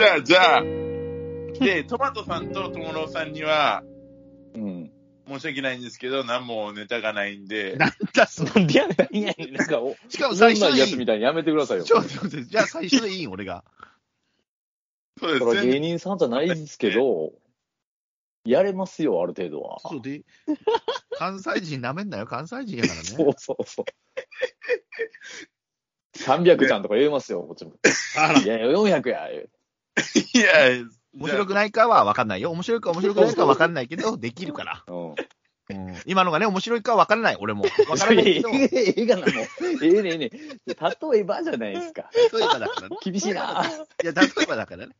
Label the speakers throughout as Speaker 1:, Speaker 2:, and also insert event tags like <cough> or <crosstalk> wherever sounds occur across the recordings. Speaker 1: あ、じ
Speaker 2: <laughs>
Speaker 1: ゃあ、で、トマトさんと友郎さんには、
Speaker 2: うん。
Speaker 1: 申し訳ないんですけど、何もネタがないんで、
Speaker 3: なんだ、その、
Speaker 4: なんでやねん。いやいや
Speaker 2: なんか、お、
Speaker 3: しかも
Speaker 2: 最初の
Speaker 3: 最初の
Speaker 2: や
Speaker 3: い
Speaker 2: つ
Speaker 3: い。
Speaker 2: みたいにやめてくださいよ。
Speaker 3: ちょっと待って、じゃあ最初のいい俺が。
Speaker 1: そうで
Speaker 2: それ
Speaker 1: す
Speaker 2: は
Speaker 1: ね。
Speaker 2: 芸人さんじゃないですけど、やれますよ、ある程度は。
Speaker 3: そうで、関西人なめんなよ、関西人やから
Speaker 2: そ
Speaker 3: ね。
Speaker 2: うそうそう。300ちゃんとか言えますよ、こっちも。
Speaker 3: あら
Speaker 2: いやいや、400や。
Speaker 1: いや、じゃあ
Speaker 3: 面白くないかは分かんないよ。面白いか面白くないかは分かんないけど、できるから。
Speaker 2: うん。
Speaker 3: うん、今のがね、面白いかは分からない、俺も。分からない
Speaker 2: え
Speaker 3: けど、
Speaker 2: えええがな、もう。ええねええねえ。例えばじゃないですか。
Speaker 3: 例えばだからね。
Speaker 2: 厳しいな。
Speaker 3: いや、例えばだからね。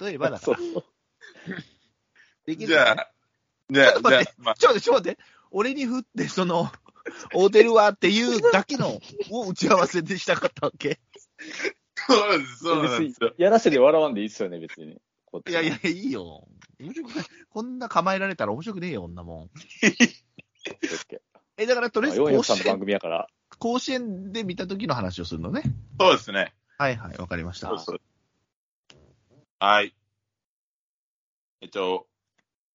Speaker 3: 例えばだか
Speaker 2: そう
Speaker 3: ら。。できる
Speaker 1: じ
Speaker 3: から
Speaker 1: ゃ
Speaker 3: ね
Speaker 1: あ、じゃ
Speaker 3: ち
Speaker 1: あ、
Speaker 3: ょっと
Speaker 1: じゃ
Speaker 3: 待
Speaker 1: あ
Speaker 3: って、
Speaker 1: まあ、
Speaker 3: ちょっと待って、ちょっと待って。俺に振って、その、 <laughs> 会うてるわっていうだけの、を打ち合わせでしたかったわけ
Speaker 1: そうです、そうなんです
Speaker 2: 別に
Speaker 1: よ。
Speaker 2: やらせて笑わんでいいっすよね、別にね。こっち
Speaker 3: いやいや、いいよ。面白くない。こんな構えられたら面白くねえよ、女もん。え、だからとりあえず
Speaker 2: まあ400
Speaker 3: 甲
Speaker 2: さん
Speaker 3: 子
Speaker 2: の番
Speaker 3: 園、
Speaker 2: 組やから。
Speaker 3: 甲子園で見た時の話をするのね。
Speaker 1: そうですね。
Speaker 3: はいはい、わかりました
Speaker 1: そ。うそう。はい。えっと、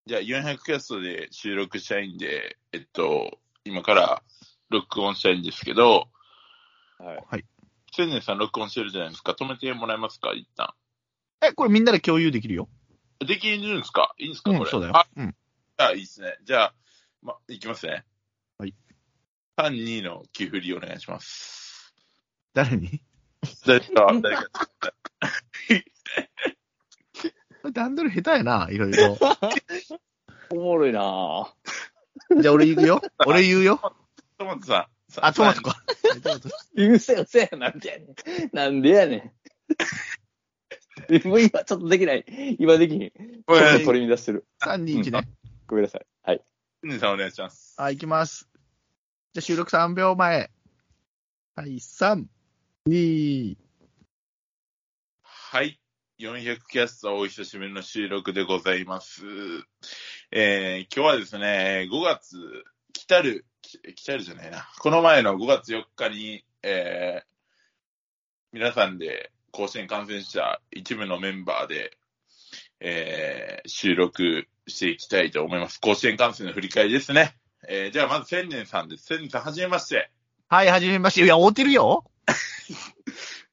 Speaker 1: じゃあ400キャストで収録したいんで、えっと、今から録音したいんですけど、
Speaker 2: はい。
Speaker 1: 千年さん録音してるじゃないですか。止めてもらえますか一旦。
Speaker 3: え、これみんなで共有できるよ。
Speaker 1: できるんですかいいんですか
Speaker 3: う
Speaker 1: これ。
Speaker 3: ん、そうだよ
Speaker 1: あ、。
Speaker 3: うん。
Speaker 1: じゃあいいですね。じゃあ、ま、いきますね。
Speaker 3: はい。
Speaker 1: 3、2の寄付りお願いします。
Speaker 3: 誰に
Speaker 1: 誰か、誰か。
Speaker 3: 段取り下手やな、いろいろ。
Speaker 2: <laughs> おもろいなぁ。
Speaker 3: じゃあ俺行くよ。俺言うよ。
Speaker 1: トマトさん。さ
Speaker 3: あ、トマト。か。トマ
Speaker 2: <laughs>
Speaker 3: ト
Speaker 2: うせうせや、なんでやねん。なんでやねん。も <laughs> う今ちょっとできない。今できひん。
Speaker 1: ごめんなさい
Speaker 2: 取り乱してる。
Speaker 3: 3、2、1ね。
Speaker 2: ごめんなさい。はい。
Speaker 1: 千年さんお願いします。
Speaker 3: あ、行きます。じゃあ収録3秒前。はい、3、2、
Speaker 1: はい。400キャストお久しぶりの収録でございます。えー、今日はですね、5月、来たる、き来たるじゃないな。この前の5月4日に、えー、皆さんで甲子園観戦した一部のメンバーで、えー、収録していきたいと思います。甲子園観戦の振り返りですね。えー、じゃあまず千年さんです。千年さん、はじめまして。
Speaker 3: はい、始めまして。いや、会うてるよ。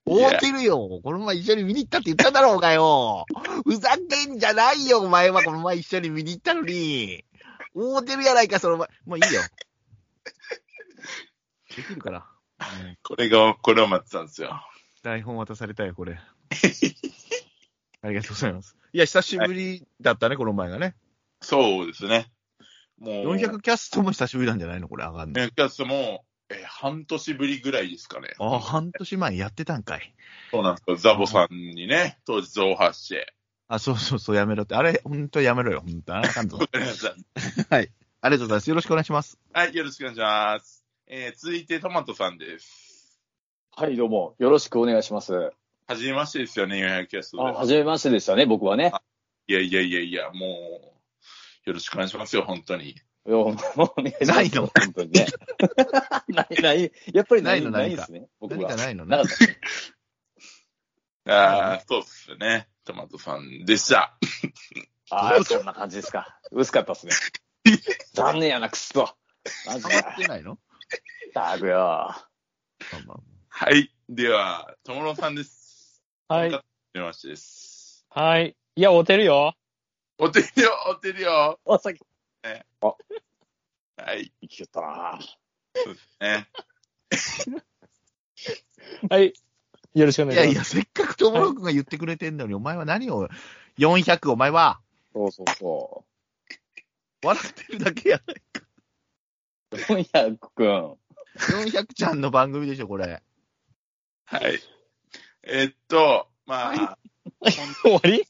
Speaker 3: 会うてるよ。この前一緒に見に行ったって言っただろうがよ。ふざけんじゃないよ、お前は。この前一緒に見に行ったのに。会うてるやないか、その前。もういいよ。できるから。
Speaker 1: これが、これを待ってたんですよ。
Speaker 3: 台本渡されたよ、これ。ありがとうございます。いや、久しぶりだったね、この前がね。
Speaker 1: そうですね。もう。
Speaker 3: 400キャストも久しぶりなんじゃないのこれ上がんの。
Speaker 1: ね、キャストも、えー半年ぶりぐらいですかね。
Speaker 3: ああ、半年前やってたんかい。
Speaker 1: そうなんですよ。ザボさんにね、当日オファーして。
Speaker 3: あ、そうそうそう、やめろって。あれ、本当やめろよ。本当あかんぞ
Speaker 1: わ。かりました。
Speaker 3: ありがとうございます。よろしくお願いします。
Speaker 1: <laughs> はい、よろしくお願いします。えー、続いてトマトさんです。
Speaker 2: はい、どうも。よろしくお願いします。
Speaker 1: はじめましてですよね、400キャスト
Speaker 2: あ、は
Speaker 1: で。
Speaker 2: じめましてでしたね、僕はね。
Speaker 1: いやいやいやいや、もう、よろしくお願いしますよ、本当に。
Speaker 2: いやもうお願いします
Speaker 3: ないの
Speaker 2: 本当にね。 <laughs> ない、ない。やっぱりない
Speaker 3: ないの
Speaker 2: ないで
Speaker 3: 何か
Speaker 2: すね。僕
Speaker 3: 何
Speaker 2: は
Speaker 3: か。ないの
Speaker 2: な
Speaker 3: ね
Speaker 2: か。った。
Speaker 1: あー、そうっすよね。トマトさんでした。
Speaker 2: ああ、そんな感じですか。薄かったっすね。
Speaker 3: <laughs>
Speaker 2: 残念やな、くっそ。マジ
Speaker 3: ハ
Speaker 2: で。
Speaker 3: マってないの
Speaker 2: ったくよ。
Speaker 3: まあまあ
Speaker 1: はい。では、トモロさんです。
Speaker 4: は
Speaker 1: はじ
Speaker 4: い。
Speaker 1: めましてです。
Speaker 4: はい。いや、おてるよ。
Speaker 1: おてるよ、おてるよ。
Speaker 2: お先。
Speaker 1: はい。
Speaker 2: 生きよったな。
Speaker 1: ね。
Speaker 4: はい。よろしく
Speaker 3: <laughs>
Speaker 4: お
Speaker 3: い
Speaker 4: 願
Speaker 3: や
Speaker 4: いします。
Speaker 3: いや、せっかくトモロ君が言ってくれてんのに、お前は何を、400お前は、
Speaker 2: そうそうそう。
Speaker 3: 笑ってるだけやない。
Speaker 2: 本屋くん。
Speaker 3: 400ちゃんの番組でしょ、これ。
Speaker 1: はい。えっと、まあ、
Speaker 4: 終わり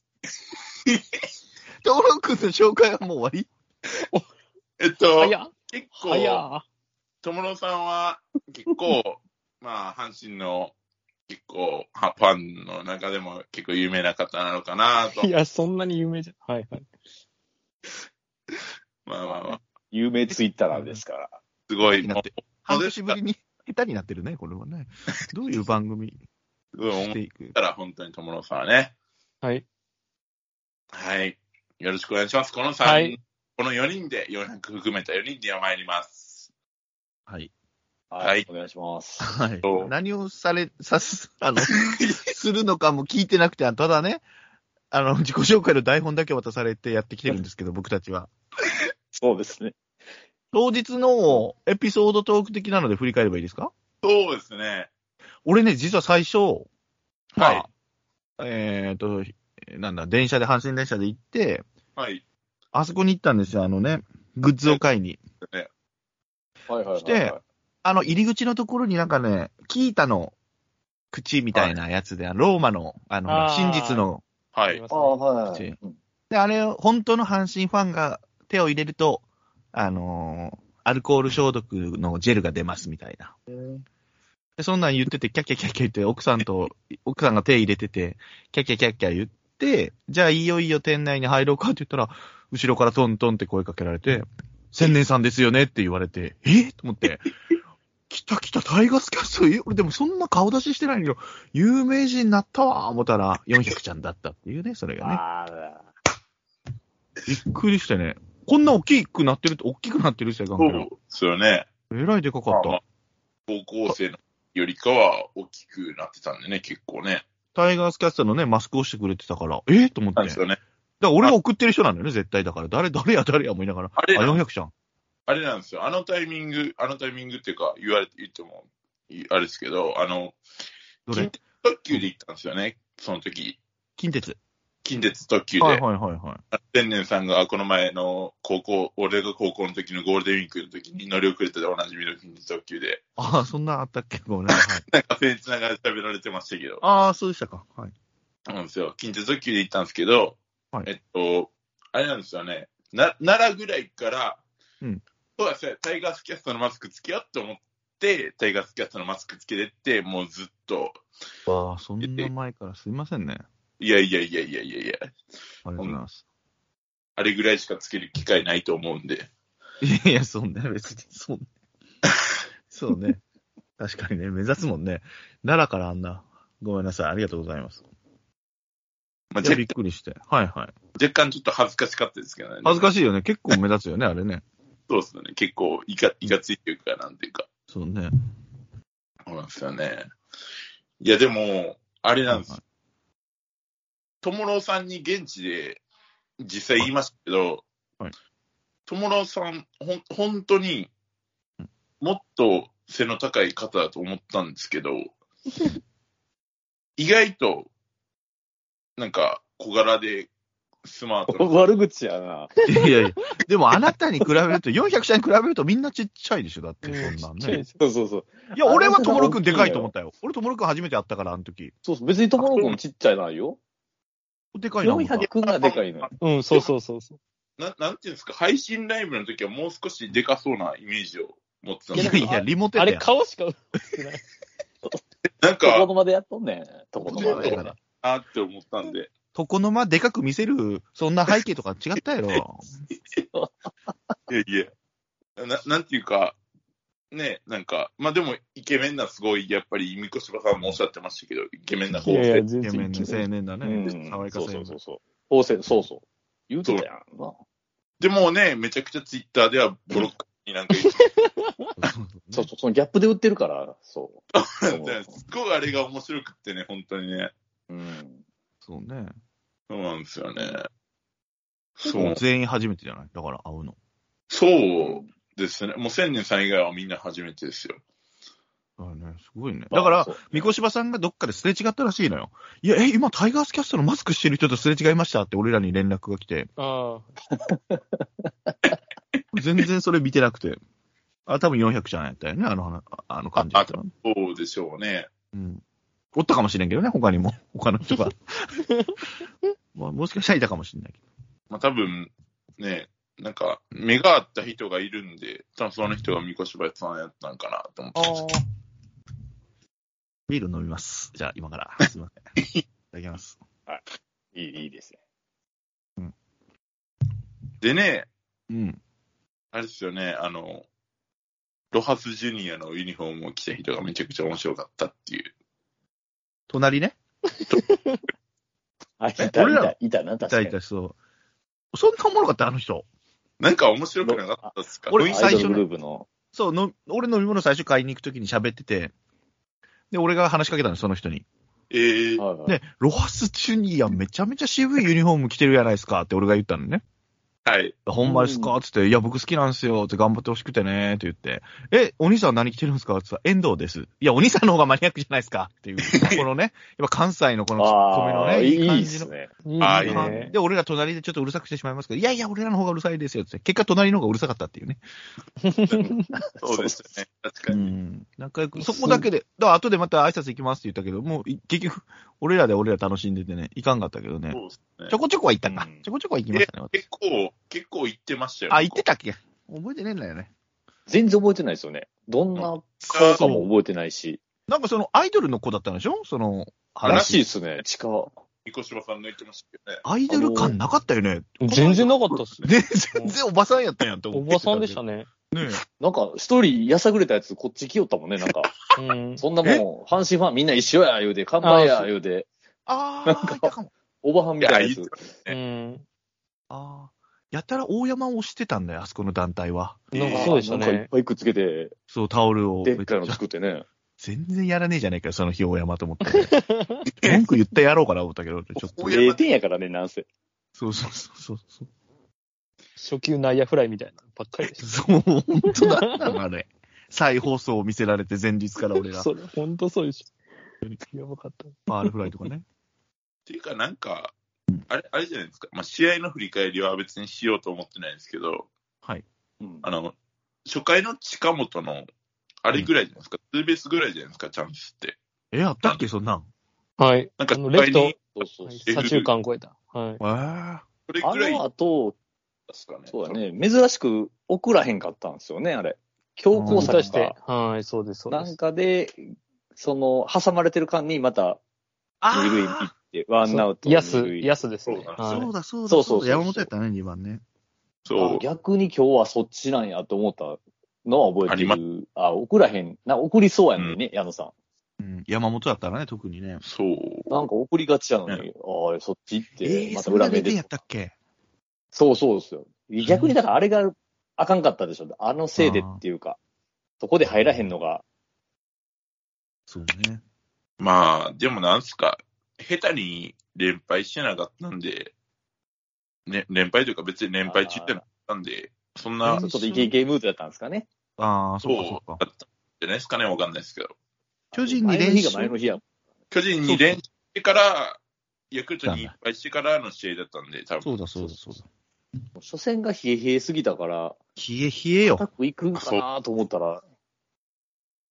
Speaker 3: トモロ君の紹介はもう終わ
Speaker 1: えっと、
Speaker 4: 早っ。
Speaker 1: 結構、
Speaker 4: 早っ。
Speaker 1: 友野さんは結構、まあ、阪神の結構、はファンの中でも結構有名な方なのかなと
Speaker 4: <laughs> い。や、そんなに有名じゃ。はいはい。
Speaker 1: まあまあまあ、
Speaker 2: 有名ツイッターなんですから。
Speaker 1: すごい、
Speaker 3: りだ
Speaker 1: も
Speaker 3: っ
Speaker 1: う
Speaker 3: <laughs> て。半年ぶりに下手になってるね、これはね。どういう番組
Speaker 1: すごい
Speaker 3: し
Speaker 1: 思
Speaker 3: て
Speaker 1: っ
Speaker 3: いく
Speaker 1: たら、本当に友野さんはね。
Speaker 4: はい。
Speaker 1: はい。よろしくお願いします。この3人、
Speaker 4: はい
Speaker 1: この4人で、400含めた4人で参ります。
Speaker 3: はい。
Speaker 1: はい
Speaker 2: お願いします。
Speaker 3: はい
Speaker 1: そう
Speaker 3: 何をされ、さす、あの、するのかも聞いてなくて、ただね、あの、自己紹介の台本だけ渡されてやってきてるんですけど、僕たちは。
Speaker 2: そうですね。
Speaker 3: 当日のエピソードトーク的なので振り返ればいいですか
Speaker 1: そうですね。
Speaker 3: 俺ね、実は最初、ま
Speaker 1: はい
Speaker 3: あ、えっ、と、なんだ、電車で、阪神電車で行って、
Speaker 1: はい。
Speaker 3: あそこに行ったんですよ、あのね、グッズを買いに。
Speaker 2: はいはいはい、はい。
Speaker 3: してあの、入り口のところになんかね、キータの口みたいなやつで、ローマの、あの、
Speaker 4: あー
Speaker 3: 真実の、
Speaker 1: は
Speaker 4: あり
Speaker 1: い。
Speaker 4: ます
Speaker 2: あ
Speaker 4: ね
Speaker 2: あ、はいはい。うん
Speaker 3: で、あれ、本当の阪神ファンが手を入れると、あのーアルコール消毒のジェルが出ますみたいな。で、そんなん言ってて、キャッキャキャッキャ言って、奥さんと、奥さんが手入れてて、キャッキャキャッキャ言って、じゃあいよいよ店内に入ろうかって言ったら、後ろからトントンって声かけられて、千年さんですよねって言われて、えと思って、来た来た、タイガースキャスト、え俺でもそんな顔出ししてないのよ。有名人になったわ、思ったら、400ちゃんだったっていうね、それがね。
Speaker 2: あら。
Speaker 3: びっくりしたね。こんな大きくなってるって、大きくなってる世界
Speaker 1: そう
Speaker 3: か
Speaker 1: で
Speaker 3: ら。
Speaker 1: すよね。
Speaker 3: えらいでかかっ
Speaker 1: まあ
Speaker 3: た。
Speaker 1: 高校生のよりかは大きくなってたんでね、結構ね。
Speaker 3: タイガースキャスターのね、マスクをしてくれてたから、えと思って。
Speaker 1: なん
Speaker 3: だ
Speaker 1: です
Speaker 3: か
Speaker 1: よね。
Speaker 3: ら俺が送ってる人なんだよね、絶対。だから、誰、誰や、誰や、思いながら。あ、
Speaker 1: あれなん
Speaker 3: 400ちゃん。
Speaker 1: あれなんですよ。あのタイミング、あのタイミングっていうか、言われて、言っても、いあれですけど、あの、
Speaker 3: どれ
Speaker 1: 近鉄特急で行ったんですよね、その時。
Speaker 3: 近鉄。
Speaker 1: 近鉄特急で。
Speaker 3: はいはいはいはい。
Speaker 1: 天然さんがこの前の高校、俺が高校の時のゴールデンウィークの時に乗り遅れたでおなじみの近日特急で、
Speaker 3: ああ、そんなあったっけごめんな
Speaker 1: <laughs>
Speaker 3: さい。
Speaker 1: なんかフェンスながら喋られてましたけど、
Speaker 3: ああ、そうでしたか。はい。
Speaker 1: そうなんですよ。近日特急で行ったんですけど、
Speaker 3: はい
Speaker 1: えっと、あれなんですよね、な奈良ぐらいから、
Speaker 3: うん
Speaker 1: そうだそうだタイガースキャストのマスクつけようと思って、タイガースキャストのマスクつけてって、もうずっと、
Speaker 3: ああ、そんな前からすいませんね。
Speaker 1: いやいやいやいやいやいや、
Speaker 3: ありがとうございます。
Speaker 1: あれぐらいしかつける機会ないと思うんで、
Speaker 3: いやいや、そうね、別に、そうね。そうね。確かにね、目指すもんね。奈良からあんな。ごめんなさい、ありがとうございます。
Speaker 1: まあ、
Speaker 3: いや
Speaker 1: 若
Speaker 3: びっくりして。はいはい。
Speaker 1: 若干ちょっと恥ずかしかったですけどね。
Speaker 3: 恥ずか
Speaker 1: しい。
Speaker 3: しいよね。結構目立つよね、あれね。
Speaker 1: そうですよね。結構いか、いかついというか、なんていうか。
Speaker 3: そうね。
Speaker 1: そうなんですよね。いや、でも、あれなんです
Speaker 3: はい。
Speaker 1: 友郎さんに現地で実際言いましたけど
Speaker 3: はい、
Speaker 1: 友郎さん、ほん、本当に、もっと背の高い方だと思ったんですけ
Speaker 3: <laughs>
Speaker 1: ど、意外と、なんか、小柄で、スマートな。
Speaker 2: 悪口やな。
Speaker 3: いやいやいやでもあなたに比べると、400社に比べるとみんなちっちゃいでしょ、だって、
Speaker 4: うん
Speaker 3: そんな
Speaker 4: ちっちゃ
Speaker 3: ん
Speaker 4: い
Speaker 3: ね
Speaker 4: で。
Speaker 2: そうそうそう。
Speaker 3: いや、俺は
Speaker 2: あなた
Speaker 3: と
Speaker 2: が
Speaker 3: もろくんでかいと思ったよ。俺ともろくん初めて会ったから、あの時。
Speaker 2: そうそう。別にところくんちっちゃいないよ。
Speaker 3: でかいな。思った
Speaker 2: 400くんがでかいのよ。
Speaker 4: うん、そうそうそうそう。
Speaker 1: ななんていうんですか、配信ライブの時はもう少しでかそうなイメージを持ってたんで
Speaker 3: い
Speaker 1: す
Speaker 3: や
Speaker 1: け
Speaker 3: いや、リモテ
Speaker 4: あ
Speaker 3: だ
Speaker 4: れ、
Speaker 3: よ。
Speaker 4: 顔しか映ってない。
Speaker 1: ど、なん
Speaker 2: とこ
Speaker 1: か、
Speaker 2: ろまでやっとんねん。ところま
Speaker 1: れ
Speaker 2: で
Speaker 3: だ。から
Speaker 1: あーって思ったんで。
Speaker 3: 床の間でかく見せる、そんな背景とか違ったやろ。
Speaker 1: いやいや。ななんていうか、ね、なんか、まあでも、イケメンなすごい、やっぱり、みこしばさんもおっしゃってましたけど、イケメンな方
Speaker 4: いやいや、
Speaker 1: で、
Speaker 4: 全
Speaker 3: イケメ
Speaker 4: 然
Speaker 3: ンの。青年だ
Speaker 2: う
Speaker 3: ね。
Speaker 2: ん
Speaker 3: 爽やか
Speaker 2: そう
Speaker 3: 青
Speaker 2: そう
Speaker 3: 年
Speaker 2: そう。そう法制そうそう。言うてたやんな。
Speaker 1: でもね、めちゃくちゃツイッターではブロックになんか言っ
Speaker 2: そうそう、そのギャップで売ってるから、そう。
Speaker 1: てたんですすごいあれが面白くってね、本当にね。
Speaker 2: うん。
Speaker 3: そうね。
Speaker 1: そうなんですよね。そ
Speaker 3: そう
Speaker 1: う。
Speaker 3: 全員初めてじゃないだから会うの。
Speaker 1: そうですね。もう千年さん以外はみんな初めてですよ。
Speaker 3: だよね、すごいね。だから、
Speaker 2: そう、
Speaker 3: 三越場さんがどっかですれ違ったらしいのよ。いや、え、今タイガースキャストのマスクしてる人とすれ違いましたって俺らに連絡が来て、
Speaker 4: あ
Speaker 3: 全然それ見てなくて。あ、多分400じゃないやったよね、あの話、あの感じだったら。
Speaker 1: そうでしょうね。
Speaker 3: うん。おったかもしれんけどね、他にも。他の人が。 <laughs> まあ、もしかしたらいたかもしれないけど。
Speaker 1: まあ多分、ね、なんか、目が合った人がいるんで、多分その人がみこしばさんやったんかなと思って
Speaker 4: あ。あ。
Speaker 3: ビール飲みます。じゃあ、今から。すいません。いただきます。
Speaker 2: いい、いいですね。
Speaker 1: でね、
Speaker 3: うん。
Speaker 1: あれですよね、あの、ロハスジュニアのユニフォームを着た人がめちゃくちゃ面白かったっていう。
Speaker 3: 隣ね。
Speaker 2: あ、いた、いた
Speaker 3: 俺ら、
Speaker 2: いたな、確か
Speaker 3: 痛
Speaker 2: に。
Speaker 3: い痛いそう。そんなおもろかった、あの人。
Speaker 1: なんか面白くなかったっすか
Speaker 3: 俺
Speaker 1: 雰囲気
Speaker 2: アイ
Speaker 3: 最
Speaker 2: ド
Speaker 3: 初
Speaker 2: ル
Speaker 3: の
Speaker 2: グループの。
Speaker 3: そう、の俺飲み物最初買いに行くときに喋ってて、で、俺が話しかけたの、その人に。
Speaker 1: えー
Speaker 2: はいはい
Speaker 3: で、ロハス・チュニアめちゃめちゃ渋いユニフォーム着てるじゃないですかって俺が言ったのね。
Speaker 1: はい。
Speaker 3: ほんまですかつって、いや、僕好きなんですよ。って頑張ってほしくてね。って言って、え、お兄さん何着てるんですかって言ったら、遠藤です。いや、お兄さんの方がマニアックじゃないですか。っ
Speaker 2: <laughs>
Speaker 3: ていう、このね、やっぱ関西のこのツッコミの
Speaker 2: あー
Speaker 3: ね、
Speaker 2: い
Speaker 3: いい
Speaker 2: い
Speaker 3: 感
Speaker 2: っ
Speaker 3: じ
Speaker 2: す
Speaker 3: の。
Speaker 2: ね。
Speaker 4: いい
Speaker 1: あーいい
Speaker 4: ね。
Speaker 3: で、俺ら隣でちょっとうるさくしてしまいますけど、いやいや、俺らの方がうるさいですよって言って、結果隣の方がうるさかったっていうね。
Speaker 1: そうですよね。確か
Speaker 3: う
Speaker 1: に。
Speaker 3: <laughs> ん。仲良く、そこだけで、だから後でまた挨拶行きますって言ったけど、もうい結局、俺らで俺ら楽しんでてね、いかんかったけどね
Speaker 1: そ。うっすね
Speaker 3: ちょこちょこは行ったか
Speaker 2: うん。
Speaker 3: ちょこちょこは行きましたね。
Speaker 1: 結構、結構行ってましたよ。
Speaker 3: あ、行ってたっけ覚えてねえんだよね。
Speaker 2: 全然覚えてないですよね。どんな顔かも覚えてないし。
Speaker 3: なんかそのアイドルの子だったんでしょその
Speaker 2: ら
Speaker 3: 話。
Speaker 2: しいっすね、地下。
Speaker 1: 三越柴さんの言ってましたけどね。
Speaker 3: アイドル感なかったよね。
Speaker 4: 全然なかったっすね。
Speaker 3: 全然おばさんやったんやんと思
Speaker 4: お
Speaker 3: って。
Speaker 4: ばさんでしたね。
Speaker 3: ね
Speaker 2: なんか、一人やさぐれたやつ、こっち来よったもんね、なんか。
Speaker 4: うん。
Speaker 2: そんなもん、阪神ファンみんな一緒や、言うで、乾杯
Speaker 4: あー
Speaker 2: や、
Speaker 4: そう
Speaker 2: 言うで、
Speaker 3: ああ、いたかも。
Speaker 2: おばはんみたいなやつ。
Speaker 4: うん。
Speaker 3: あーやたら大山を押してたんだよ、あそこの団体は。
Speaker 4: なんかそうでした
Speaker 2: なんかいっ
Speaker 4: ね。
Speaker 2: ぱいくっつけて、
Speaker 3: そう、タオルを。
Speaker 2: でっかいの作ってね。
Speaker 3: 全然やらねえじゃねえかよ、その日大山と思って。文句言ってやろうかな、思ったけど、ちょっと
Speaker 1: 大。山
Speaker 2: 0点やからね、なんせ。
Speaker 3: そうそうそうそう。
Speaker 4: 初級内野フライみたいなのばっかりでし
Speaker 3: そう、本当だったの、あれ。再放送を見せられて、前日から俺
Speaker 4: た。
Speaker 3: ら、
Speaker 4: それ、ほんとそうでしょ。やばかった。
Speaker 3: パールフライとかね。
Speaker 1: っていうか、なんか、あれ、あれじゃないですか。まあ、試合の振り返りは別にしようと思ってないんですけど、
Speaker 3: はい。
Speaker 2: うん
Speaker 1: あの、初回の近本の、あれぐらいじゃないですか。ツーベースぐらいじゃないですか、チャンスって。
Speaker 3: え、やったっけ、そんなん。
Speaker 4: はい。
Speaker 1: なんか
Speaker 4: あの、レフト、
Speaker 1: いっ
Speaker 2: そうそう
Speaker 4: はい
Speaker 2: そう。
Speaker 4: 左中間超えた。はい。
Speaker 3: えー、
Speaker 1: これ
Speaker 2: あ
Speaker 1: ぐらい
Speaker 2: の後、
Speaker 1: ですかね。
Speaker 2: そうだ。ね、珍しく送らへんかったんですよね、あれ。強行
Speaker 3: 交
Speaker 4: 打
Speaker 3: 差
Speaker 2: 策
Speaker 4: たして
Speaker 2: か、、
Speaker 4: はい、そうです、そう
Speaker 2: な
Speaker 4: で
Speaker 2: ん
Speaker 4: す。
Speaker 2: かで、その、挟まれてる間にまた、
Speaker 3: あ
Speaker 2: 二塁に行って、ワンアウト。
Speaker 4: ヤス、
Speaker 2: 二塁
Speaker 4: ヤスですね。
Speaker 1: そうなんです
Speaker 3: そ。
Speaker 4: はい
Speaker 3: だ、そう
Speaker 4: う
Speaker 3: だ、
Speaker 2: そうそう
Speaker 3: そ
Speaker 2: そうう
Speaker 3: だ。
Speaker 2: そう
Speaker 3: 山本やったね、2番ね。
Speaker 1: そ
Speaker 2: あ
Speaker 1: う。
Speaker 2: 逆に今日はそっちなんやと思ったのは覚えて
Speaker 1: あ
Speaker 2: る。あ送らへん。な送りそうやのにね、矢野さ
Speaker 3: うん、山本だったらね、特にね。
Speaker 1: そう。
Speaker 2: ん。なんか送りがちやのに、ああれ、そっち行って、また裏目
Speaker 3: そんな0点や
Speaker 2: で
Speaker 3: っ。たっけ
Speaker 2: そうそうですよ。逆にだからあれがあかんかったでしょ。あのせいでっていうか、そこで入らへんのが、
Speaker 3: そうね。
Speaker 1: まあ、でもなんすか、下手に連敗してなかったんで、ね、連敗というか別に連敗中ってなかったんで、そんな
Speaker 3: あ
Speaker 2: ちょ
Speaker 3: ー
Speaker 2: っとイケイケムードだったんですかね。
Speaker 3: ああ、そうか、
Speaker 1: そ
Speaker 3: そう
Speaker 1: うだ
Speaker 3: か
Speaker 1: っ。たんじゃないですかね、わかんないですけど。
Speaker 3: 巨人に
Speaker 2: 前の
Speaker 3: 連
Speaker 2: 日が前
Speaker 3: 勝。
Speaker 2: の日やもん。
Speaker 1: 巨人に連勝してから、ヤクルトにいっぱいしてからの試合だったんで、多分
Speaker 3: そうだ、そうだ、そうだ。
Speaker 2: 初戦が冷え冷えすぎたから、
Speaker 3: 冷え冷えよ。
Speaker 2: 高く行くんかなと思ったら、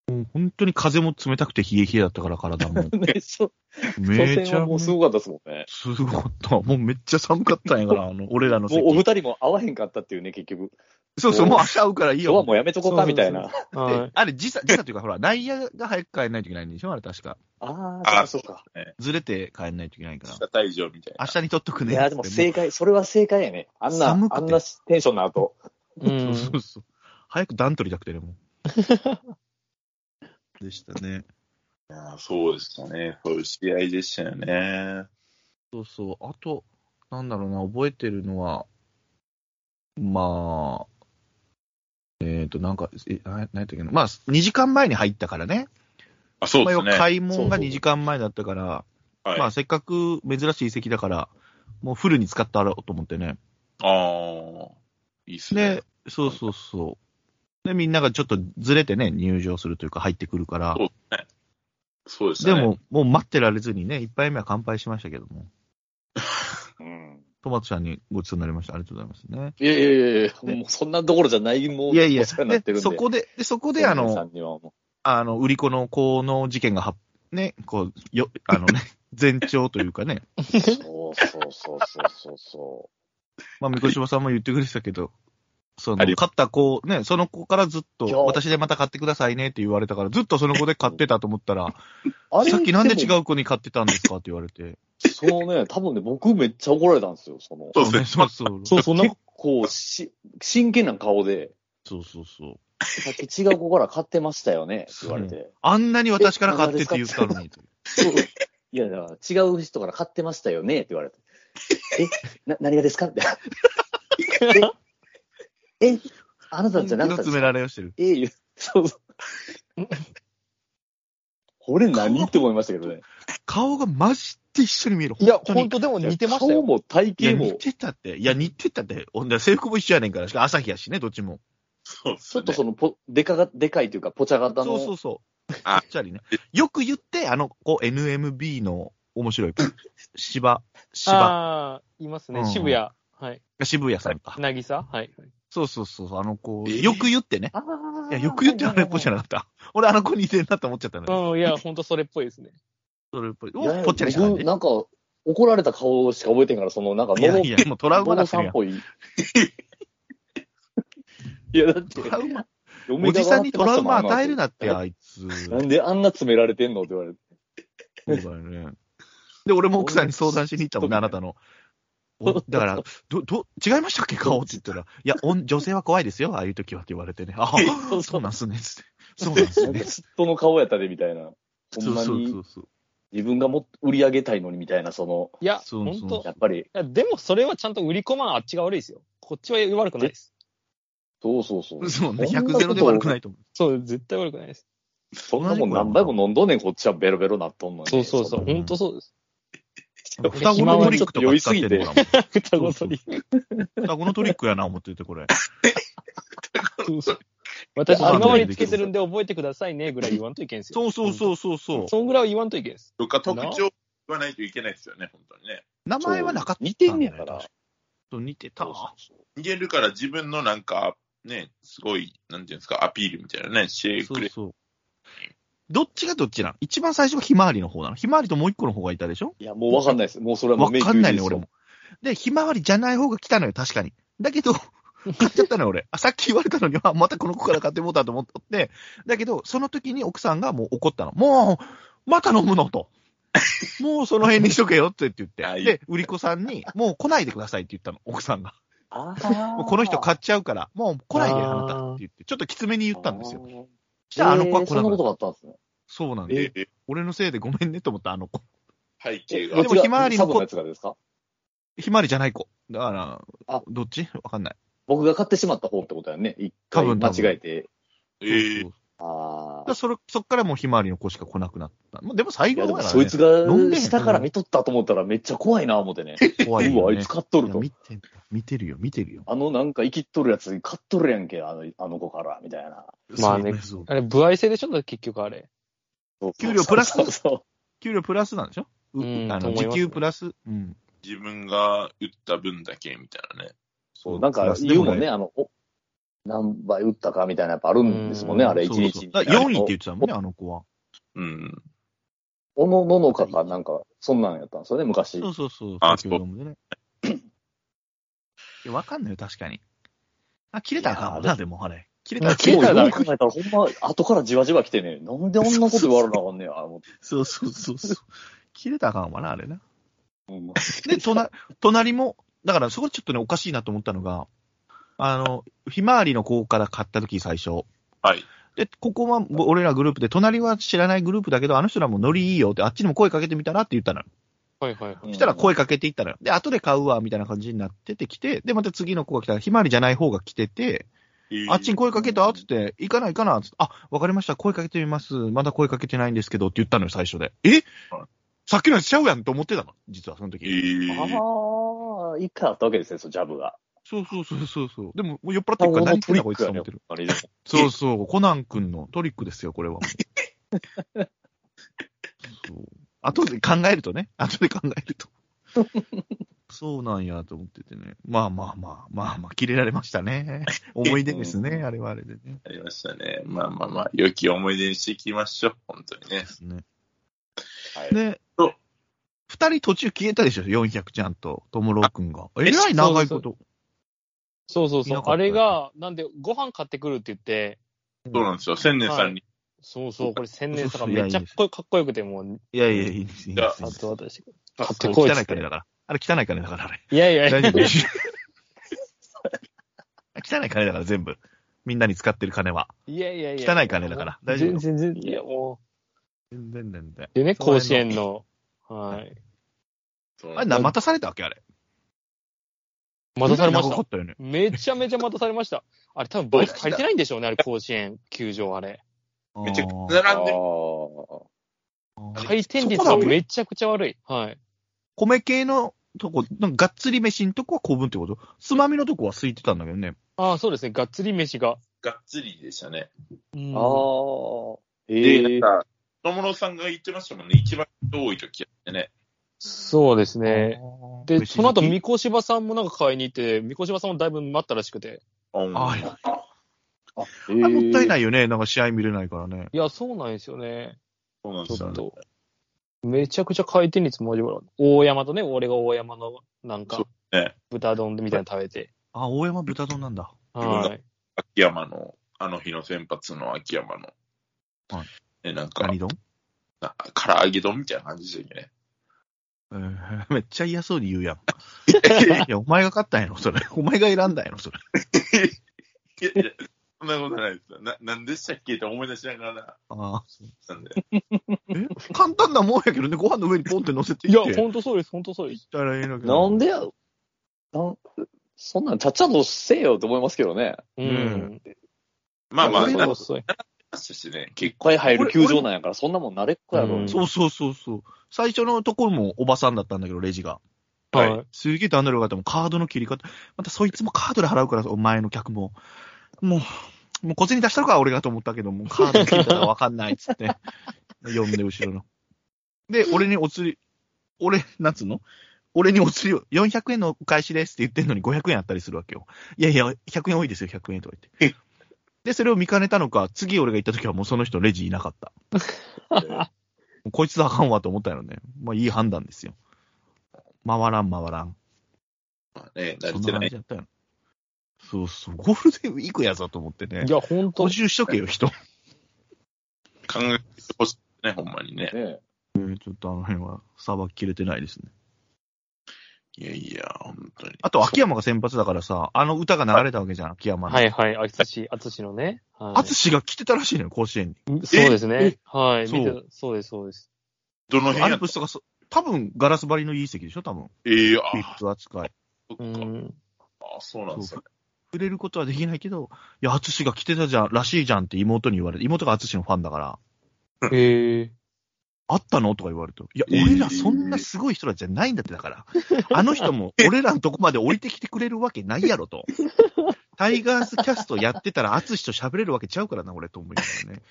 Speaker 3: もう本当に風も冷たくて冷え冷えだったから、体も。
Speaker 2: ね、 <laughs> そ初
Speaker 3: め
Speaker 2: 戦
Speaker 3: ちゃ
Speaker 2: はもうすごかったですもんね。
Speaker 3: すごかった。もうめっちゃ寒かったんやから、あの、俺らの
Speaker 2: もうお二
Speaker 3: 席。
Speaker 2: 人も会わへんかったっていうね、結局。
Speaker 3: そうそう、もう明日会うからいい
Speaker 2: 今日は
Speaker 3: よ。
Speaker 2: もうやめとこうかみたいな。
Speaker 4: は
Speaker 3: であれ、時差、時差というか、ほら、内野が早く帰んないといけないんでしょあれ、確か。
Speaker 1: あ
Speaker 2: ああ、
Speaker 1: ー
Speaker 2: そうか。
Speaker 3: ずれて帰んないといけないから。
Speaker 1: 下退場みたい
Speaker 3: 明
Speaker 1: な。
Speaker 3: 日にとっとく
Speaker 2: い
Speaker 3: ね。
Speaker 2: や、でも
Speaker 3: つって
Speaker 2: 正解、それは正解やね。あんな、
Speaker 3: 寒くて
Speaker 2: あんなテンションの後。
Speaker 4: い。うん
Speaker 3: そうそうそう。早く段取りたくてね、も
Speaker 4: <laughs>
Speaker 3: う。でしたね。
Speaker 1: いやそうでしたね。そういう試合でしたよね。
Speaker 3: そうそう。あと、なんだろうな、覚えてるのは、まあ、えっ、と、なんか、え、ななんやったっけな。まあ、2時間前に入ったからね。
Speaker 1: あ、そうです
Speaker 3: まあ
Speaker 1: ね。
Speaker 3: 買い物が
Speaker 2: そうそう
Speaker 3: 2時間前だったから、
Speaker 1: はい、あ
Speaker 3: まあ、せっかく珍しい席だから、もうフルに使ったろうと思ってね。
Speaker 1: あー、いいっすね
Speaker 3: で。、そうそうそう。で、みんながちょっとずれてね、入場するというか入ってくるから。
Speaker 1: そうですね。そうです
Speaker 3: で
Speaker 1: ね。
Speaker 3: も、もう待ってられずにね、一杯目は乾杯しましたけども。
Speaker 2: うん。
Speaker 3: トマトさんにごちそうになりました。ありがとうございますね。
Speaker 2: いやいやいやいや、もうそんなところじゃない、もう、
Speaker 3: いやいや
Speaker 2: お世話になってるんで。
Speaker 3: そこで、でそこで、あ
Speaker 2: 天然さ
Speaker 3: の、
Speaker 2: んにはも
Speaker 3: あの、売り子の子の事件がは、ね、こう、よ、
Speaker 2: <laughs>
Speaker 3: あのね、前兆というかね、
Speaker 2: うそうそうそうそうそう。
Speaker 3: まあ、三越柴さんも言ってくれてたけど、そ
Speaker 1: あ
Speaker 3: の、
Speaker 1: り
Speaker 3: 買った子、ね、その子からずっ
Speaker 2: いや
Speaker 3: と、私でまた買ってくださいねって言われたから、ずっとその子で買ってたと思ったら、
Speaker 2: あれ
Speaker 3: さっきなんで違
Speaker 2: う
Speaker 3: う子に買ってたんですかって言われて。
Speaker 2: そのね、多分ね、僕めっちゃ怒られたんですよ、その。
Speaker 1: そうですね。
Speaker 3: そうそう。
Speaker 4: そう、そんな
Speaker 2: 結、構し、真剣な顔で、
Speaker 3: そうそうそう。
Speaker 2: さっき違う子から買ってましたよね、って言われて。
Speaker 3: あんなに私から買ってって言ったのに。
Speaker 2: そう。 <laughs> いや、だから違う人から買ってましたよねって言わ
Speaker 3: <laughs>
Speaker 2: れて。え、な、何がですかって。
Speaker 3: <laughs>
Speaker 2: え、えあなたじゃなか
Speaker 3: の
Speaker 2: ったです
Speaker 3: 詰められをしてる。
Speaker 2: ええ、そうそう。これ何って思いましたけどね。
Speaker 3: 顔がマジで一緒に見える。
Speaker 4: いや、本当でも似てました
Speaker 2: 顔
Speaker 4: よ。
Speaker 2: も体
Speaker 3: いや、
Speaker 2: 型
Speaker 3: 似
Speaker 2: も、
Speaker 3: てたって。いや、似てたって。ほんで、制服も一緒やねんから。しかも朝日やしね、どっちも。
Speaker 1: そう
Speaker 2: ちょ
Speaker 1: す
Speaker 2: っと
Speaker 1: ね
Speaker 2: そのポ、でかが、でかいというか、ぽちゃ型
Speaker 3: そ
Speaker 2: の。
Speaker 3: うそうそう。
Speaker 1: あ
Speaker 3: チャリね。よく言って、あの、こう、NMB の面白い、芝、芝、
Speaker 4: ああ、います
Speaker 3: う
Speaker 4: ね。
Speaker 3: ん
Speaker 4: 渋谷。はい。
Speaker 3: 渋谷さんか。
Speaker 4: なぎさはい。
Speaker 3: そうそうそう、あの子、
Speaker 1: えー
Speaker 3: よく言ってね。
Speaker 2: あ
Speaker 3: いや、よく言ってあの子じゃ
Speaker 2: な
Speaker 3: なかった。 <laughs> 俺、あの子似てんなって思っちゃったのよ。
Speaker 4: うん、いや、ほんとそれっぽいですね。
Speaker 3: それっぽい。
Speaker 2: いやい
Speaker 3: お
Speaker 2: や
Speaker 3: ぽっちゃりした感
Speaker 2: 僕
Speaker 3: じ。
Speaker 2: なんか、怒られた顔しか覚えてんから、その、なんか、
Speaker 3: いや
Speaker 2: の
Speaker 3: いや、もうトラウマだ
Speaker 2: の
Speaker 3: った
Speaker 2: さん
Speaker 3: よ
Speaker 2: っ。ぽい。いや、だって、
Speaker 3: トラウマ。
Speaker 2: 嫁
Speaker 3: お
Speaker 2: が
Speaker 3: じさんにトラウ
Speaker 2: 笑
Speaker 3: マ
Speaker 2: ってましたもん
Speaker 3: 与えるなって、
Speaker 2: あ
Speaker 3: あいつ。
Speaker 2: の後なんであんな詰められてんのって言われて。
Speaker 3: そうだよね。で、俺も奥さんに相談しに行ったもんね、あなたの。おだから、ど、ど、違いましたっけ顔って言ったら、いや、おん女性は怖いですよ、ああいう時はって言われてね。あ
Speaker 2: そう
Speaker 3: そうなんすね、つって。そうなんす
Speaker 2: なんか、
Speaker 3: ね。
Speaker 2: 嫉妬の顔やったで、みたいな。ほ
Speaker 3: そ
Speaker 2: ん
Speaker 3: う
Speaker 2: ま
Speaker 3: そうそ
Speaker 2: に
Speaker 3: うそう。
Speaker 2: 自分がもっと売り上げたいのにみたいな、その、
Speaker 4: いや、
Speaker 3: そう
Speaker 4: ほ
Speaker 3: そうそ
Speaker 4: ん
Speaker 3: う
Speaker 4: と。い
Speaker 2: やっぱり、
Speaker 4: や、でもそれはちゃんと売り込まんあっちが悪いですよ。こっちは悪くないです。
Speaker 2: そうそうそう。
Speaker 3: そうね、
Speaker 2: そんなこ
Speaker 3: 100
Speaker 2: と
Speaker 3: ゼロで悪くないと思う。
Speaker 4: そう、絶対悪くないです。
Speaker 2: そんなもん何杯も飲んどんねん、こっちはベロベロなっとんのに。
Speaker 4: そうそうそう。
Speaker 3: そう
Speaker 4: ほんとそうです。
Speaker 3: 双子のトリックとか使ってるからも
Speaker 4: 双子取り。
Speaker 3: う。双子のトリックやな、思ってて、これ。
Speaker 4: そうそう私、
Speaker 3: あ
Speaker 4: 今までつけてるんで覚えてくださいね、ぐらい言わんといけんすよ。
Speaker 3: そうそうそうそうそう。
Speaker 4: そんぐらいは言わんといけんです。
Speaker 1: とか特徴言わないといけないですよね、本当にね。
Speaker 3: 名前はなかっただ
Speaker 2: そう似て
Speaker 3: よね。
Speaker 2: んねやから
Speaker 3: 確か。そう似てた
Speaker 2: そう
Speaker 3: わ。
Speaker 2: そうそう
Speaker 1: 逃げるから自分のなんか、ね、すごい、なんていうんですか、アピールみたいなね、シェイ
Speaker 3: そ
Speaker 1: ク
Speaker 3: う
Speaker 1: レ
Speaker 3: そう。どっちがどっちなの一番最初はひまわりの方なのひまわりともう一個の方がいたでしょ
Speaker 2: いや、もうわかんないです。もうそれはも
Speaker 3: わ
Speaker 2: う迷
Speaker 3: か
Speaker 2: 宮入
Speaker 3: んない
Speaker 2: りで
Speaker 3: ね、
Speaker 2: す
Speaker 3: 俺
Speaker 2: よ
Speaker 3: も。。で、ひまわりじゃない方が来たのよ、確かに。だけど、
Speaker 1: <laughs>
Speaker 3: 買っちゃったのよ、俺。あ、さっき言われたのに、あ、またこの子から買ってもうたと思って、だけど、その時に奥さんがもう怒ったの。もう、また飲むのと。もうその辺にしとけよって言
Speaker 1: あ
Speaker 3: っ
Speaker 1: い
Speaker 3: て。
Speaker 1: い
Speaker 3: で、売り子さんに、もう来ないでくださいって言ったの、奥さんが。
Speaker 2: あ
Speaker 3: もう
Speaker 2: ー
Speaker 3: この人買っちゃうから、もう来ないで、あなたって言って、ちょっときつめに言ったんですよ。。そしたらあの子は来
Speaker 2: えーそ
Speaker 3: な
Speaker 2: な
Speaker 3: んかっ
Speaker 2: こ
Speaker 3: た
Speaker 2: と。があったんですね。
Speaker 3: そうなん
Speaker 1: ー
Speaker 3: だよ。
Speaker 1: で。え
Speaker 3: 俺のせいでごめんねと思った、あの子。
Speaker 1: 背景
Speaker 3: え
Speaker 1: が
Speaker 3: で。もひまわりの
Speaker 2: サ
Speaker 3: 子
Speaker 2: ブのやつがですか
Speaker 3: ひまわりじゃない子。だから
Speaker 2: あ、
Speaker 3: どっちわかんない。
Speaker 2: 僕が買ってしまった方ってことだよね。一
Speaker 3: 多
Speaker 2: 回
Speaker 3: 分
Speaker 2: 間
Speaker 3: 多分
Speaker 2: 違えて。
Speaker 1: えー
Speaker 3: そう
Speaker 2: あ
Speaker 3: そうだからそれそっからもうひまわりの子しか来なくなった。まあ、でも
Speaker 2: あ。
Speaker 3: 最
Speaker 2: い
Speaker 3: 後
Speaker 2: や、で
Speaker 3: はね、
Speaker 2: もそいつが下から見とったと思ったらめっちゃ怖いな、思ってね。
Speaker 3: 怖い
Speaker 2: わ、
Speaker 3: うよ、
Speaker 2: あ
Speaker 3: ね。
Speaker 2: いつ買っとる
Speaker 3: いや
Speaker 2: と。
Speaker 3: 見てんだ見てるよ、見てるよ。
Speaker 2: あのなんか生きっとるやつ買っとるやんけ、あのあの子から、みたいな。
Speaker 4: まあね
Speaker 3: そうそう
Speaker 4: あれ、歩合制でしょだって結局あれ。
Speaker 3: 給料プラス
Speaker 2: そうそう
Speaker 3: 給料プラスなんでしょう
Speaker 4: うん
Speaker 3: あ
Speaker 4: と
Speaker 3: の、
Speaker 4: 思い
Speaker 3: 時
Speaker 4: ます
Speaker 3: 給プラス。うん。
Speaker 1: 自分が打った分だけみたいなね。
Speaker 2: そう。なんか言うもんね、。あの、お何倍打ったかみたいなやっぱあるんですもんね、
Speaker 4: うん
Speaker 2: あれ、
Speaker 3: そう
Speaker 2: 一
Speaker 3: そう
Speaker 2: 日に。
Speaker 3: だから4位って言ってたもんね、あの子は。
Speaker 1: うん。
Speaker 2: おのののかか、なんか、そんなんやったんですよね、昔。
Speaker 3: そうそうそう。
Speaker 1: あ
Speaker 3: 先ほどもね。いやわかんないよ、確かに。あ、切れたらあかんわ
Speaker 2: いや
Speaker 3: な、でも、あれ。切れたら
Speaker 4: 切れ
Speaker 2: も
Speaker 4: たらダ
Speaker 2: うよ
Speaker 4: メ
Speaker 2: く考えたら、ほんま、後からじわじわ来てね、なんであんなこと言われなあかんねや、思って
Speaker 3: そうそうそうそう。切れたらあかんわな、あれな。
Speaker 2: ほんま
Speaker 3: で、隣、隣も、だからそこちょっとね、おかしいなと思ったのが、あの、ひまわりの子から買った時最初。
Speaker 1: はい。
Speaker 3: で、ここはぼ俺らグループで、隣は知らないグループだけど、あの人らもノリいいよって、あっちにも声かけてみたらって言ったのよ。
Speaker 4: はいはいはい。
Speaker 2: うん
Speaker 3: そしたら声かけていったのよ。で、後で買うわ、みたいな感じになっててきて、で、また次の子が来たら、ひまわりじゃない方が来てて、あっちに声かけたってって、行かない行かなってあ、わかりました、声かけてみます。まだ声かけてないんですけどって言ったのよ、最初で。え
Speaker 1: は
Speaker 3: さっきのやつちゃうやんって思ってたの。実は、その時。
Speaker 1: えー、
Speaker 2: ああ、一回あったわけですね、そうジャブが。
Speaker 3: そうそうそうそうそう。でも、もう酔っ払ってるから何言ってんだこいつと思ってる。
Speaker 2: あれでも
Speaker 3: そうそう、コナン君のトリックですよ、これは。そう。後で考えるとね、後で考えると。そうなんやと思っててね。まあまあまあ、まあまあ、切れられましたね。思い出ですね、あれはあれでね。
Speaker 1: ありましたね。まあまあまあ、良き思い出にしていきましょう。本当にね
Speaker 3: で。すね。
Speaker 2: はい
Speaker 3: で
Speaker 1: そう、
Speaker 3: 二人途中消えたでしょ、400ちゃんと、ともろうくんが。えらい長いこと。
Speaker 4: そうそうそ
Speaker 3: いうな。かった
Speaker 4: あれが、なんで、ご飯買ってくるって言って、
Speaker 1: そうなんですよ。千年さんに、
Speaker 4: そうそう、これ千年さがめっちゃかっこよかっこよくて、もう、
Speaker 3: いやいや、いいです、いいです。いい
Speaker 4: あ
Speaker 3: です
Speaker 4: と私。
Speaker 1: 買
Speaker 4: ってこい
Speaker 3: 汚い
Speaker 4: っつっ
Speaker 3: 金
Speaker 4: て
Speaker 3: だから。あれ汚い金だから、あれ。
Speaker 4: いやいやいや
Speaker 3: 大丈夫。 <laughs> 汚い金だから、全部。みんなに使ってる金は。
Speaker 4: いやいやいや。
Speaker 3: 汚い金だから大丈夫よ
Speaker 4: 全然、全然いやも
Speaker 3: 全然全然。
Speaker 4: う。でね、甲子園のはい。
Speaker 1: そう
Speaker 3: あれ、な待たされたわけあれ。
Speaker 4: 待たされまし
Speaker 3: 長か
Speaker 4: た
Speaker 3: っ。たよね。
Speaker 4: めちゃめちゃ待たされました。あれ多分バイク借りてないんでしょうね、あれ甲子園球場あれ。
Speaker 1: めちゃくち
Speaker 3: ゃ。
Speaker 1: ゃ並んでる。
Speaker 4: 回転率がめちゃくちゃ悪い。はい。
Speaker 3: 米系のとこ、なんかがっつり飯のとこは公文ってことつまみのとこは空いてたんだけどね。
Speaker 4: ああ、そうですね。がっつり飯が。
Speaker 1: がっつりでしたね。
Speaker 4: うん
Speaker 2: ああ。
Speaker 1: で、
Speaker 2: え
Speaker 1: な
Speaker 2: え
Speaker 1: んか、野室さんが言ってましたもんね。一番多い時やってね。
Speaker 4: そうです
Speaker 3: あ
Speaker 4: ね。
Speaker 3: ー
Speaker 4: で、
Speaker 3: 飯好
Speaker 4: そ
Speaker 3: き
Speaker 4: の後、三越場さんもなんか買いに行って、三越場さんもだいぶ待ったらしくて。
Speaker 3: あ
Speaker 1: あ
Speaker 2: え。
Speaker 3: あれもったいないいよね。なんか試合見れないからね。
Speaker 4: いや、そうなんですよね。
Speaker 1: そうなんで
Speaker 4: ち
Speaker 1: す
Speaker 4: ょ
Speaker 1: よ
Speaker 4: っ
Speaker 1: ね。
Speaker 4: と。めちゃくちゃ回転率も上手い。大山とね、俺が大山のなん
Speaker 1: そ
Speaker 4: か、
Speaker 1: うね
Speaker 4: 豚丼みたいなの食べて。
Speaker 3: あ、大山豚丼なんだ。
Speaker 4: はい。
Speaker 1: 秋山の、あの日の先発の秋山の。
Speaker 3: はい
Speaker 1: え、なんか
Speaker 3: 何、丼
Speaker 1: な唐揚げ丼みたいな感じでしたっ
Speaker 3: えー <laughs> めっちゃ嫌そうに言うやん。
Speaker 1: けね。
Speaker 3: いや、お前が勝ったんやろ、それ。お前が選んだんやろ、それ。
Speaker 1: いやいや、そんなことないですよ。な、なんでしたっけって思い出しながら
Speaker 3: ああ
Speaker 1: なんで。
Speaker 3: え簡単なもんやけどね、ご飯の上にポンって乗せてい
Speaker 4: い
Speaker 3: って。
Speaker 4: や、ほんとそうです、ほんとそうです。
Speaker 3: したらいいのけど。
Speaker 2: なんでや、なんそんなん、ちゃっちゃとせえよって思いますけどね。
Speaker 4: うんん。
Speaker 1: まあまあ、
Speaker 3: 俺
Speaker 1: そ
Speaker 3: ら
Speaker 1: うなり
Speaker 4: も
Speaker 1: ま
Speaker 4: 遅い。
Speaker 1: したしね、
Speaker 2: いっ
Speaker 1: 結構。
Speaker 2: ぱい入る球場なんやから、そんなもん慣れっこやろ。
Speaker 4: うん
Speaker 3: そうそうそうそう。最初のところもおばさんだったんだけど、レジが。
Speaker 1: はい
Speaker 4: はい。
Speaker 3: すげえ段取り良かったもんカードの切り方。またそいつもカードで払うから、お前の客も。もう、もう小銭出したのか、俺がと思ったけど、もうカードの切り方わかんないっつって。 <laughs> 呼んで、後ろの。で、俺にお釣り、俺、なんつうの俺にお釣りを、400円のお返しですって言ってんのに500円あったりするわけよ。いやいや、100円多いですよ、100円とか言って。で、それを見かねたのか、次俺が行った時はもうその人レジいなかった。もうこいつだあかんわと思ったよね。まあいい判断ですよ。回らん回らん。
Speaker 1: まあね、慣
Speaker 3: そ
Speaker 1: れ
Speaker 3: ん
Speaker 1: て
Speaker 3: な
Speaker 1: な
Speaker 3: 感
Speaker 1: い
Speaker 3: じ。だったよ。そうそう。ゴールデンウィークやぞと思ってね
Speaker 4: い。や、ほんと
Speaker 3: 補。充しとけよ、人。
Speaker 1: 考えてほしいね、ほんまにね。
Speaker 2: ね
Speaker 3: えーちょっとあの辺は、さばききれてないですね。
Speaker 1: いやいや、本当に。
Speaker 3: あと、秋山が先発だからさ、あの歌が流れたわけじゃん、秋山の。
Speaker 4: はいはい、あつし、あつしのね。はい
Speaker 3: 淳が来てたらしいのよ、甲子園に。
Speaker 4: そうですね。はい。
Speaker 3: そう
Speaker 4: 見てそうです、そうです。
Speaker 1: どの
Speaker 3: ア
Speaker 1: 辺や
Speaker 3: ル
Speaker 1: っ
Speaker 3: プ
Speaker 1: た
Speaker 3: スとかそ、多分ガラス張りのいい席でしょ、多分。
Speaker 1: ええあ
Speaker 3: ビップ扱い。
Speaker 1: そっ
Speaker 4: う
Speaker 1: か。
Speaker 4: ん。
Speaker 1: あそうなんですね。
Speaker 3: 触れることはできないけど、いや、淳が来てたじゃん、らしいじゃんって妹に言われて、妹が淳のファンだから、
Speaker 4: へえ。
Speaker 3: あったのとか言われて、いや、
Speaker 1: えー
Speaker 3: 俺らそんなすごい人らじゃないんだって、だ
Speaker 1: <laughs>
Speaker 3: から。あの人も俺らのとこまで降りてきてくれるわけないやろ
Speaker 1: <laughs>
Speaker 3: と。タイガースキャストやってたら、淳と喋れるわけちゃうからな、俺と思いながらね。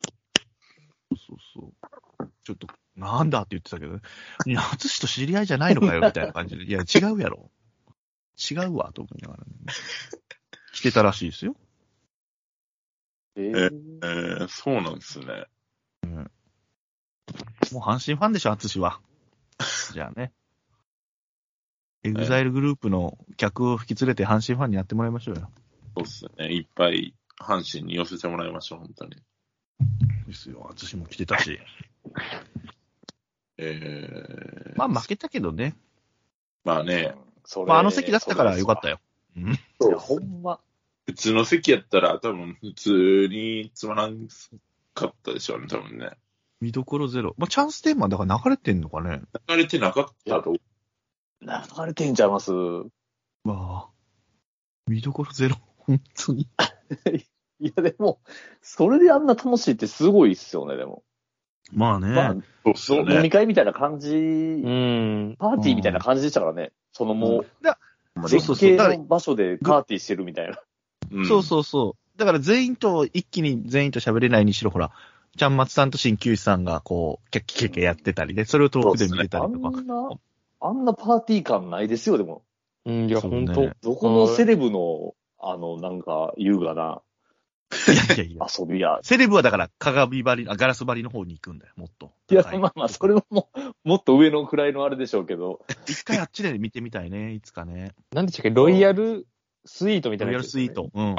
Speaker 3: そうそうそう。ちょっと、なんだって言ってたけどね。いや、淳と知り合いじゃないのかよ、みたいな感じで。いや、違うやろ。違うわ、と思いながらね。来てたらしいですよ。
Speaker 2: え
Speaker 1: えー、そうなんですね。
Speaker 3: もう阪神ファンでしょ、淳は。じゃあね。エグザイルグループの客を引き連れて阪神ファンになってもらいましょうよ。
Speaker 1: そうっすね。いっぱい阪神に寄せてもらいましょう、本当に。
Speaker 3: ですよ、淳も来てたし。
Speaker 1: ええ
Speaker 3: <laughs> まあ負けたけどね。
Speaker 1: まあね、
Speaker 2: それ
Speaker 3: まああの席だったからよかったよ。
Speaker 2: いや、ほんま。
Speaker 1: 普通の席やったら多分普通につまらんかったでしょうね、多分ね。
Speaker 3: 見どころゼロ。まあチャンステーマだから流れてんのかね。
Speaker 1: 流れてなかったと。
Speaker 2: 流れてんちゃいます。い
Speaker 3: わあ。見どころゼロ。 <laughs> 本当に。
Speaker 2: や、でも、それであんな楽しいってすごいっすよね、でも。
Speaker 3: まあね。
Speaker 2: まあ、
Speaker 1: そうそう
Speaker 2: 飲み
Speaker 1: ね。
Speaker 2: 会みたいな感
Speaker 4: う
Speaker 2: じ、
Speaker 4: ん。
Speaker 2: パーティーみたいな感じでしたからね。そのもう、
Speaker 3: そう
Speaker 2: 絶
Speaker 3: そうそう。
Speaker 2: 景
Speaker 3: だから
Speaker 2: の場所でパーティーしてるみたいな。
Speaker 1: うん
Speaker 3: そうそうそう。だから全員と、一気に全員と喋れないにしろ、ほら、ちゃんまつさんと鍼灸師さんが、こう、キャッキャッキャッキャやってたりで、それを遠くで見てた
Speaker 2: あ
Speaker 3: りとか。
Speaker 2: んな、あんなパーティー感ないですよ、でも。
Speaker 4: うん、いや、
Speaker 3: そう
Speaker 4: ほ
Speaker 3: ね
Speaker 4: んと。
Speaker 2: どこのセレブの、あの、なんか、優雅ない
Speaker 3: やいやいや。
Speaker 2: 遊びや。
Speaker 3: セレブはだから、鏡張り、あ、ガラス張りの方に行くんだよ、もっと。
Speaker 2: いや、
Speaker 3: 高
Speaker 2: まあまあ、それはもう、もっと上のくらいのあれでしょうけど。
Speaker 3: 一回あっちで見てみたいね、いつかね。
Speaker 4: なんでしたっけ、ロイヤルスイートみた
Speaker 3: ロ
Speaker 4: い
Speaker 3: イヤ
Speaker 4: なや
Speaker 3: ル
Speaker 4: つです
Speaker 3: ス
Speaker 4: よ
Speaker 3: イ
Speaker 4: ね。
Speaker 3: ート。うん。
Speaker 1: あ